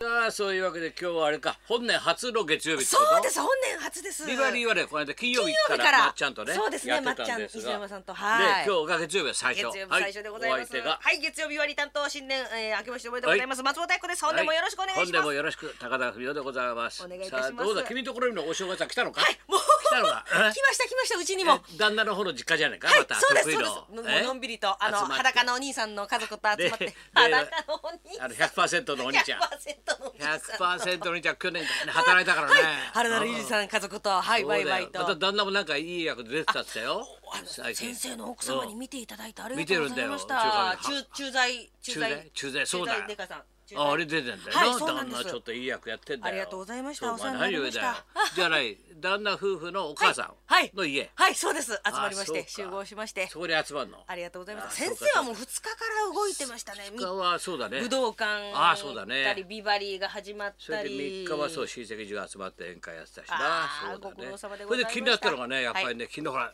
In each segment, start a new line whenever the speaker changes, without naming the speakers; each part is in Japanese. あそういうわけで今日はあれか本年初の月曜日って
そ
こと
うです本年初です
ビバリーはねこの間金曜日
金
か
曜日
ら
から
まっちゃんとね
そうですね
やってたんです
まっちゃん西山さんと
で
はい
今日が月曜日は最初
月曜日最初でございま
はお
す
相手が
はい月曜日割り担当新年えー明けましておめでとうございます松本太子です本年もよろしくお願いします
本年もよろしく高田文夫でございます
お願いいたします
さあどうだ君のところにもお正月は来たのか
はいもう
来たの かえ
来ました来ましたうちにもはい
え旦那の方の実家じゃないか、また
そうです
得意
そう
の
ですもうのんびりとあの
集まって
裸のお兄さんの家族と集ま
で
って
で
裸のお兄さん
あの100%のお兄ち ゃん
100%のお兄さん
100%のお兄ちゃん去年働いたからね、
原田龍二さん家族とはい
そう
ワ
だ
イ
よ
ワイと
また旦那もなんかいい役で出てたってよ
あの
最近
先生の奥様に見ていただいてありが
見て
とう
る
ご
ん
ざ
だ
い
よ
ました。
中
駐駐在
駐在駐在そうだ
駐在デカさん。駐在
ああれ出てんだよ、
はい
な
そうなんで
旦
す
那ちょっといい役やってんだよ
ありがとうございました
そう
お世話になりました
何よりだよじゃない旦那夫婦のお母さ
は
ん
い
の家、
はいそうです集まりまし
あ
て
そうか
集合しまして
そこで集まるの
ありがとうございま
あ
す。
そう
先
か
生はもう二日から動いてましたね。み
3日はそうだね
武道館
ああそうだ
行った
ね
りビバリーが始まっ
そ
た
れで
り。
3日はそう親戚中集まって宴会やってたしな
あー
そうだね
ご苦労様で
そ
ご
れで
ざいました
気になったのがねやっぱりね、昨日ほら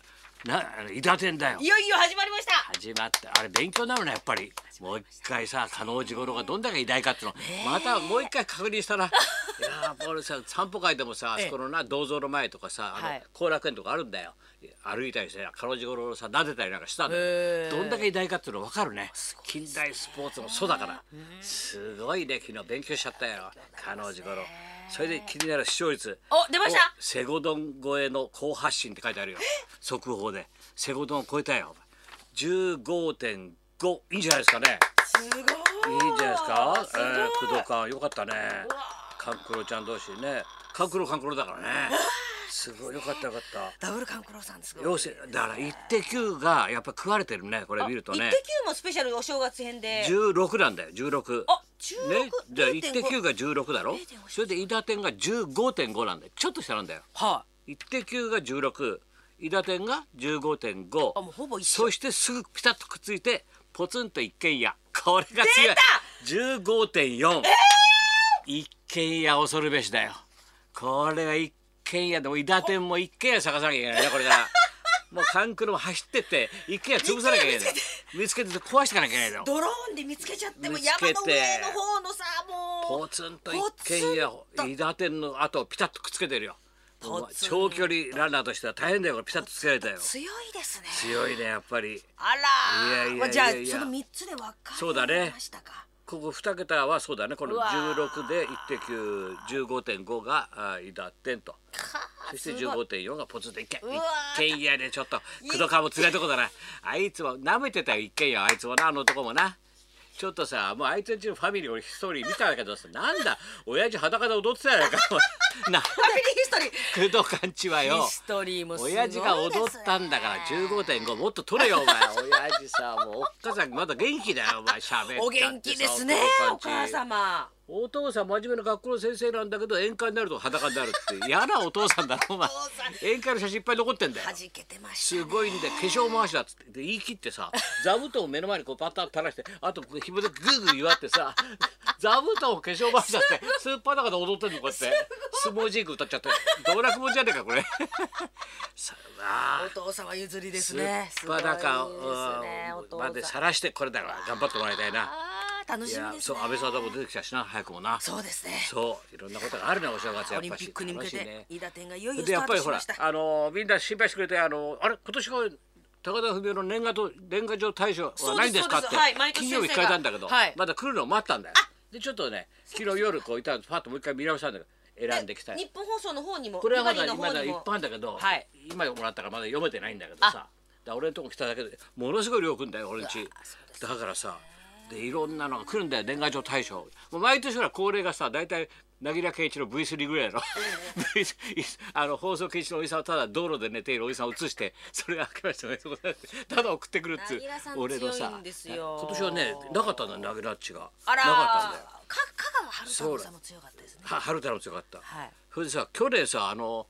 なあの伊達店だよ
いよいよ始まりました。
始まってあれ勉強になるなやっぱりもう一回さ加納治五郎がどんだけ偉大かっていうの、またもう一回確認した らいやー俺さ散歩会でもさあ
ええ
そこのな銅像の前とかさあの、
はい
後楽園とかあるんだよ歩いたりして加納治五郎をさ撫でたりなんかしたんだよ
へ
どんだけ偉大かっていうの分かるね近代スポーツの祖だからすごいね昨日勉強しちゃったよ加納治五郎それで気になる視聴率
お出ました
おセゴドン超えの好発進って書いてあるよ速報でセゴドンを超えたよ15.5いいんじゃないですかね
すごい。
いいんじゃないですか
すごい。
えー、工藤館よかったね
うわ
カンクロちゃん同士ねカンクロカンクロだからねすごいよかったよかった
ダブルカンクロさんすごい。
要するにだから一滴九がやっぱ食われてるねこれ見るとね
一滴九もスペシャルお正月編で。
16なんだよ16
あ十六。
ね、じゃあ一
0.5
滴九が16だろ
0.5
それで伊田店が15.5なんだよちょっと下なんだよ
は
一滴九が16伊田店が
い。あもう
15.5
ほぼ一緒
そ。してすぐピタッとくっついてポツンと一軒家これが強い15.4、一軒家恐るべしだよこれは一軒家でも伊田店も一軒家探さなきゃいけないねこ れからもうカンクルも走ってって一軒家潰さなきゃいけないのよ見つけてて壊していかなきゃいけないのよ
ドローンで見つけちゃっても
見
う
つけて
山の上の方のさもう
ポツンと一軒家を
ポツンと
伊田店の後をピタッとくっつけてるよ
ポツンと
長距離ランナーとしては大変だよこれピタッとつけられたよ
強いですね
強いねやっぱり
あらー
いやいやいやいや
まあじゃあその三つで分か
そうだね
りましたか
ここ2桁はそうだねこの
うわー
16で1.915.5があ伊達店と
か
そ
ー
して
すごい
15.4がポツンと一軒
うわ
一
ー
軒家でちょっと工藤川もつらいとこだなあいつも舐めてたよ一軒家あいつもなあの男もなちょっとさもうあいつんちのファミリー俺ストーリー見たんだけどさなんだ親父裸で踊ってたやないかお前な
ファミリーヒス
工藤勘ちは
トリー
よ
ヒストリーもすごい
親父が踊ったんだから15.5もっと取れよお前親父さもうおっかさんまだ元気だよお前しゃべ
お元気ですねお母様
お父さん真面目な学校の先生なんだけど宴会になると裸になるって嫌なお父さんだろお前宴会の写真いっぱい残ってんだよ
はじけてまし
す
た
ごいんだよ化粧回しだっつってで言い切ってさ座布団を目の前にこうパタッと垂らしてあと紐でグーグー祝ってさ座布団を化粧回しだってスーパー中で踊ってんのこうやって相撲ジーク歌っちゃって道楽もんじゃねえか これさあ
お父様譲りです
スー
ね
パー中
すごいですねお
う
父
ん
さ
ま
ん
で晒してこれだから頑張ってもらいたいな
あー楽
い
しみ
や
です
そ
ね
う安倍さんも出てきたしな早くもな
そうですね
そういろんなことがあるねお正月や
オ
っ
リン
ぱ
ピ
し
ックに向け
楽しい
て
ね
飯田店がいよいよス
で
タ
やっ
ー
ぱ
ト
り
し
ほ
ま
ら
した
あのみんな心配してくれてあのあれ今年が高田文夫の年賀と年賀状大賞はないんですかって
そうですそうですはい毎年
金
先
曜
生
日
が
変えたんだけど
はい
まだ来るのを待ったんだよでちょっとね昨日夜こういたんでパッともう一回見直したんだけど選んできたよ
日本放送の方にも
これはま
ビバ
だ
リーの
ま
方
だ
に
一
も
般だけど、
はい
今もらったからまだ読めてないんだけどさだから俺のとこ来ただけでものすごい量来るんだよ俺んちだからさでいろんなのが来るんだよ年賀状大賞もう毎年ほら恒例がさ大体凪良圭一の V3 ぐらいの V3 あの放送禁止のおじさんをただ道路で寝ているおじさんを映してそれが明けましておめでとうございますってただ送ってくるっつう
凪良さん
俺の
強い
さ
んですよ
今年はねなかったんだよ凪良っちが
あらー
なかったんだよ
か香川春太郎さんも強かったですね
は春太郎強かった、
はい
それでさ去年さあの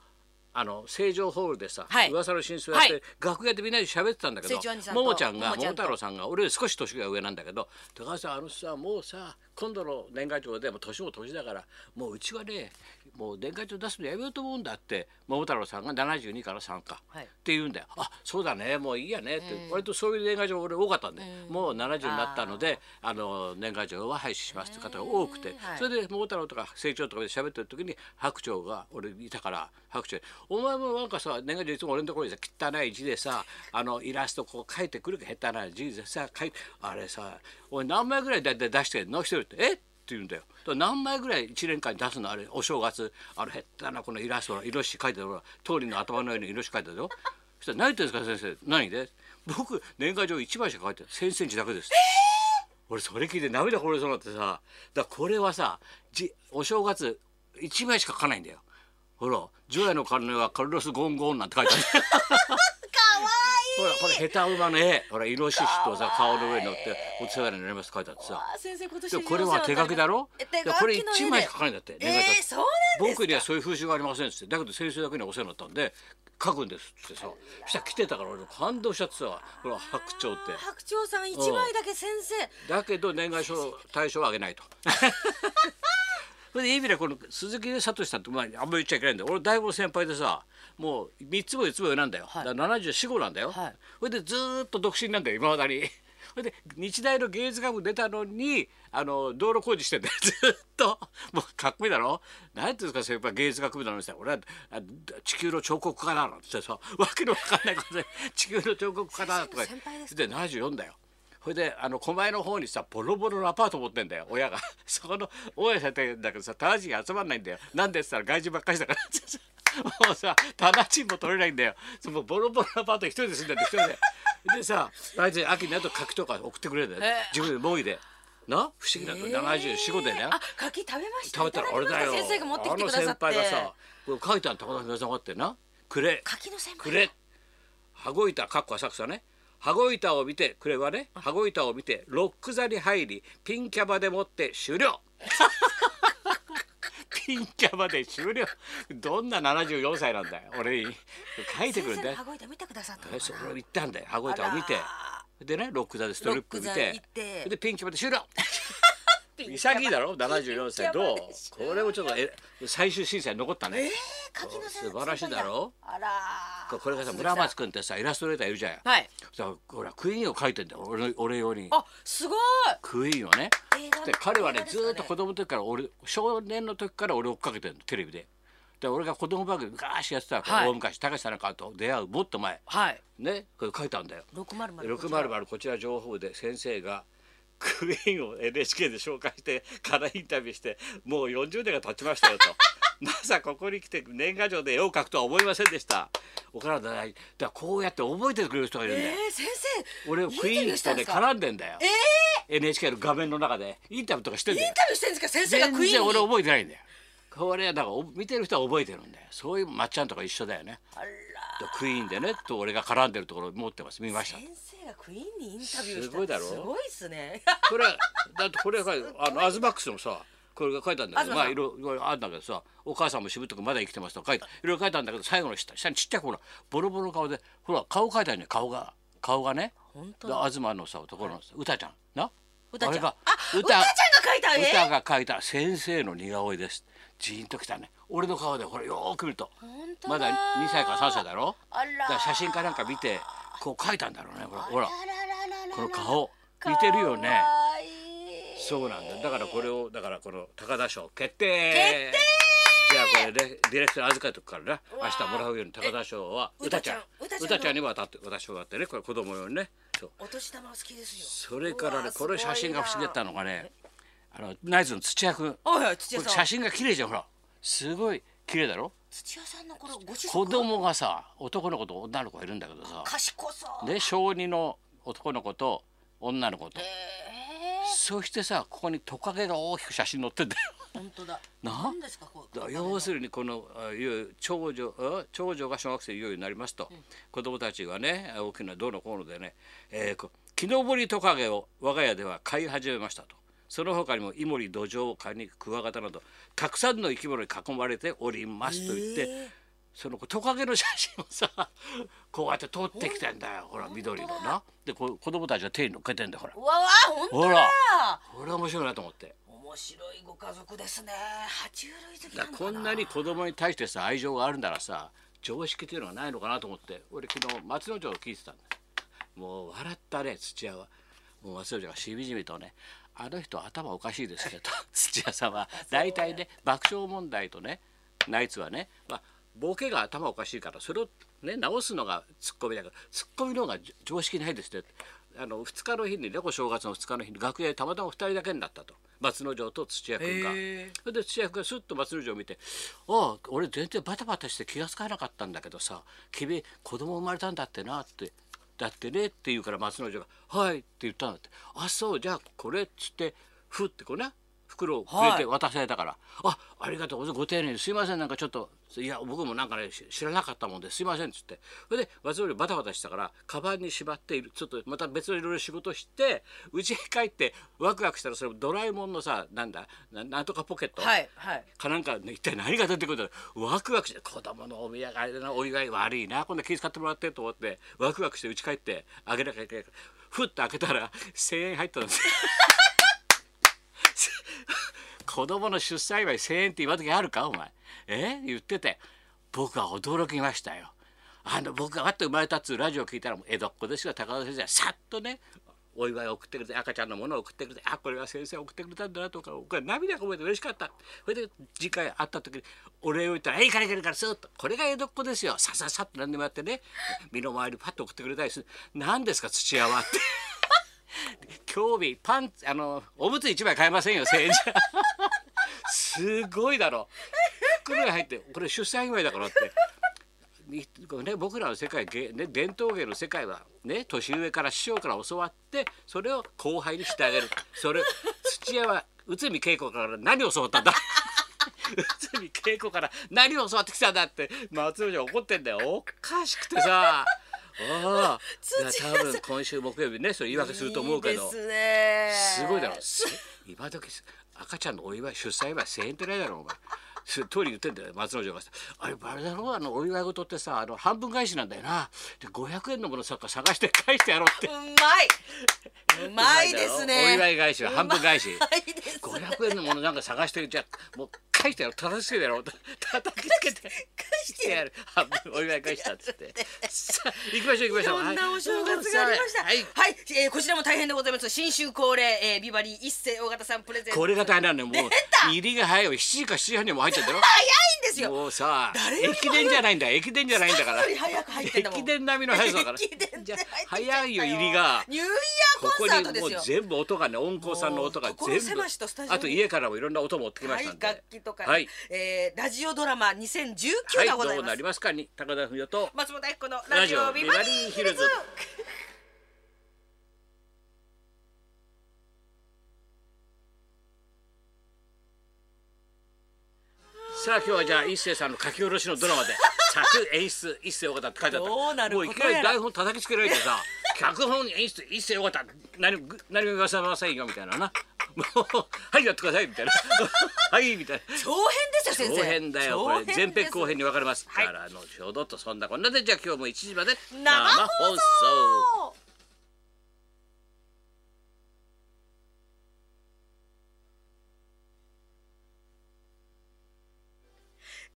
あの成城ホールでさ、
はい
噂の真相やって、
はい
楽屋でみんなで喋ってたんだけど
成城兄さんと
ももちゃんが
ももち
桃
ゃんと
太郎さんが俺より少し年が上なんだけど高橋さんあのさもうさ今度の年賀状でもう年も年だからもううちはねもう年賀状出すのやめようと思うんだって桃太郎さんが72から3か、
はい
って言うんだよあそうだねもういいやねって、割とそういう年賀状俺多かったんで、もう70になったのであの年賀状は廃止しますって方が多くて、
はい
それで桃太郎とか成長とかで喋ってる時に白鳥が俺いたから白鳥お前もなんかさ年賀状いつも俺のところにさ汚い字でさあのイラストこう書いてくるか下手な字でさ書いてあれさ俺何枚ぐらい大体出してんの一人ってえって言うんだよ。だから何枚ぐらい1年間に出すのあれお正月あの下手なこのイラストの色紙書いてるほら通りの頭の上に色紙書いてるよ。そしたら「何言ってんですか先生何で?」僕年賀状1枚しか書いてない1 0センチだけです。俺それ聞いて涙こぼれそうになってさだからこれはさじお正月1枚しか書かないんだよほら「除夜の鐘はカルロス・ゴンゴン」なんて書いて あるほらこれ下手馬の絵ほら色紙とさ顔の上に乗って「お世話になります」って書いてあってさ
あ先生今年
でこれは手書きだろ
え手書きの絵
で
で
これ1枚しか書かないんだって
え
年賀状って
ー、そうなんですか
僕にはそういう風習がありませんっつってだけど先生だけにはお世話になったんで書くんですっつってさそしたら来てたから俺感動しちゃってさほら白鳥って
白鳥さん一枚だけ先生
だけど年賀状対象はあげ ないと。それでいい意味でこの鈴木聡さんって、まあ、あんまり言っちゃいけないんだよ俺大悟先輩でさもう3つも4つも上なんだよ、
はい
だから74号なんだよ、
はい
それでずーっと独身なんだよ今まだにそれで日大の芸術学部出たのにあの道路工事してんだよ ずーっともうかっこいいだろ何ていうんですか先輩芸術学部なのにさ俺はあ地球の彫刻家だなんて言ってさわけのわかんないことで地球の彫刻家だとか
先輩ですか
で74だよそれであの狛江の方にさボロボロのアパート持ってんだよ親が そこの大家さんってんだけどさ棚地が集まんないんだよなんでっつったら外人ばっかりだから もうさ棚地も取れないんだよそのボロボロのアパート一人で住んでる一人ででさ大体秋になると柿とか送ってくれるんだよ
えー
自分でもいでな不思議なの、7475でね
あ柿食べました
食べたら俺だよ
いたきました先生が持ってきてくださって
あの先輩がさこれ書いたの高田さんがってなくれ
柿の先輩
くれ羽子板かっこ浅草ね羽子板を見てくれはね羽子板を見てロック座に入りピンキャバでもって終了 ピンキャバで終了どんな74歳なんだよ俺に書いてくるんだ
先
よ
生の羽子板見てくださったの
え
か
そ
な
れを言ったんだよ羽子板を見て
あら
でねロック座でストリップ見
ロック座
て
行って
でピンキャバで終 了
ピンキャバ
潔いだ ろ74歳どう
ピンキャバで終了
これもちょっとえ最終審査に残ったね、
えー、柿の先
素晴らしいだろ
あらー
これがさ
鈴木
村松君ってさイラストレーターいるじゃん、
はい
さほらクイーンを描いてんだよ俺の俺用に
あすごい
クイーンをね
映画の
で彼はね
映画です
ず
かね
ーっと子供の時から俺少年の時から俺追っかけてるのテレビで。で俺が子供番組昔やってたから、
はい
大昔高橋さんなんかと出会うもっと前
はい
ねこれ書いたんだよ。
六丸丸
600こちら情報で先生がクイーンを NHK で紹介してからインタビューしてもう40年が経ちましたよと まさかここに来て年賀状で絵を描くとは思いませんでしたお体ないだからこうやって覚えててくれる人がいるん
え
だよ、
ー、先生
俺クイーンとね
インタビューしたんですか
絡んでんだよ
えー、
NHK の画面の中でインタビューとかしてんだ
イ
よ
ンタビューしてるんですか先生が
全
クイーンに
然俺覚えてないんだよこれはだからお見てる人は覚えてるんだよそういうまっちゃんとか一緒だよね
あら
とクイーンでねと俺が絡んでるところ持ってます見ました
先生がクイーンにインタビューした
すごいだろ
すごいっすね
これだってこれが書いてあのアズマックスのさこれが書いたんだけどま
東さん
あいろいろあるんだけどさ「お母さんもしぶとくまだ生きてます」とか書いていろいろ書いたんだけど最後の下下にちっちゃいほらボロボロの顔でほら顔書いたよね顔が顔がね
本当だ
東のさところの歌ちゃんな
歌ちゃん
あれが
あ歌ちゃんが書いた絵
歌が書いた先生の似顔絵ですジーンときたね俺の顔でこれよーく見ると
本当
ま
だ
だ2歳か3歳だろ
あら
だから写真かなんか見てこう書いたんだろうねほらほら
あららららら
この顔似てるよね
かわいい
そうなんだだからこれをだからこの高田賞決定じゃあこれねディレクター預けとくからね
わ
明
ー
日もらうように高田賞は
え
歌ちゃん
うたちゃん
歌ちゃんに渡って渡してもらってねこれ子供用にねそう
お年玉好きですよ
それから
う
ね
わ
これ写真が不思議だったのがねあのナイツの土屋君
すごいなおいおい土屋さん
写真が綺麗じゃんほらすごい綺麗だろ
土屋さんの頃ご主
子
人
供がさ男の子と女の子がいるんだけどさ
賢そう
で小児の男の子と女の子と
え
そしてさここにトカゲが大きく写真載ってんだよ
ー本当だ
な
なんですかこう
だから要するにこのあいう長女あ長女が小学生いようになりますと、子供たちがね大きなどうのこうのでね、えーこ木登りトカゲを我が家では飼い始めましたとその他にもイモリドジョウカニクワガタなどたくさんの生き物に囲まれておりますと言って、
えー
そのトカゲの写真をさ こうやって撮ってきてんだよほら緑のなでこう子供たちが手に乗っけてんだよほら
うわうわ本当
ほら
だ
これ面白いなと思って。
面面白いご家族ですね。爬虫類好き
だ
な
か
の
ら
か
こんなに子供に対してさ愛情があるならさ常識っていうのはないのかなと思って俺昨日松之丞を聞いてたんだもう笑ったね土屋はもう松之丞がしみじみとねあの人頭おかしいですけど 土屋さんは大体ね爆笑問題とねナイツはね、まあ、ボケが頭おかしいからそれをね直すのがツッコミだからツッコミの方が常常識ないですねあの2日の日にねお正月の2日の日に楽屋でたまたま2人だけになったと松之丞と土屋君が
へー。
それで土屋君がスッと松之丞を見て「ああ俺全然バタバタして気が付かなかったんだけどさ君子供生まれたんだってな」って「だってね」って言うから松之丞が「はい」って言ったんだって「あそうじゃあこれ」っつってふってこうね袋をくれて渡されたから「あありがとうございますご丁寧にすいませんなんかちょっといや僕もなんかねし知らなかったもんですいません」っつってそれで松之丞バタバタしたからカバンにしまっているちょっとまた別のいろいろ仕事して家へ帰ってワクワクしたらそれドラえもんのさなんだななんとかポケット、
はいはい。
かなんか、ね、一体何が出てくるんだろうワクワクして子供のお土産あれだなお祝い悪いなこんな気遣ってもらってと思ってワクワクして家帰ってあげなきゃいけないからふっと開けたら1,000円入ったんですよ子供の出産祝い1,000円って今時あるかお前え言ってて僕は驚きましたよあの僕がわっと生まれたっつうラジオ聞いたらもう江戸っ子ですが高田先生がさっとねお祝いを送ってくれて赤ちゃんのものを送ってくれてあこれは先生が送ってくれたんだなとか僕は涙が覚えて嬉しかったそれで次回会った時にお礼を言ったら「えいからいからいからスーッとこれが江戸っ子ですよさささっと何でもやってね身の回りパッと送ってくれたりする何ですか土屋は」って。興味パンツあのおむつ一枚買えませんよ千円じゃすごいだろ袋に入ってこれ出産祝いだからって。いね、僕らの世界、芸ね、伝統芸の世界は、ね、年上から師匠から教わってそれを後輩にしてあげるそれ土屋は内海恵子から何を教わったんだ内海恵子から何を教わってきたんだって松尾じゃ怒ってんだよおかしくてさ。ああ、
土
多
屋
分今週木曜日ね、それ言い訳すると思うけど。
いいですね。
すごいだろ。す今時す赤ちゃんのお祝い出産祝い千円ってないだろお前。す通り言ってんだよ松之丞がさあれあれだろあのお祝い事ってさあの半分返しなんだよなで500円のものさ探して返してやろうって
うまい。うまいですね。
お祝い返しは半分返し
うまいです。
500円のものなんか探してじゃあもう返してやろう正しくやろう叩きつけて
返してや
やる半分お祝い返したっつってさあ行きましょう行きましょう
そんなお正月がありました。
は
はいい、えーこちらも大変でございます。新春恒例、えービバリー一世大型さんプレゼン ト。
これが大変なのよ もう入りが早いよ7時か7時半にはもう入っちゃうんだろ
早いんですよ。
もうさ
誰よりも
駅伝じゃないんだ駅伝じゃないんだから
より早く入ってんだもん。
駅伝並みの速さだから
駅伝で入って
じゃ
きちゃった
あ早いよ入りが
ニューイヤー
こ
コ
こ
ンサー
に
トで
もう
すよ。
全部音がね音響さんの音が
もう
全
所狭しとスタジ
部
オに
あと家からもいろんな音持ってきま
は
し
い
たん、で
楽器とか、
はい
えーラジオドラマ2019がご
はいど
ざいうま
な
す
り。ますかに高田文夫と
松本明子のラジオビバリーヒルズ。
さあ今日はじゃあ一星さんの書き下ろしのドラ マで作演出一星尾形って書いてあった
どうなる
も
こ
う
と
い
や
き
ら
なり台本叩きつけられてさ脚本演出一星尾形何も何も言わせませんよみたいななもうはいやってくださいみたいなはいみたいな
長編ですよ先生。
後編だよこれ
長編
前
で
編
す
後編に分かれます、
はい
だからあのちょうどっとそんなこんなでじゃあ今日も1時まで
生放送
生放送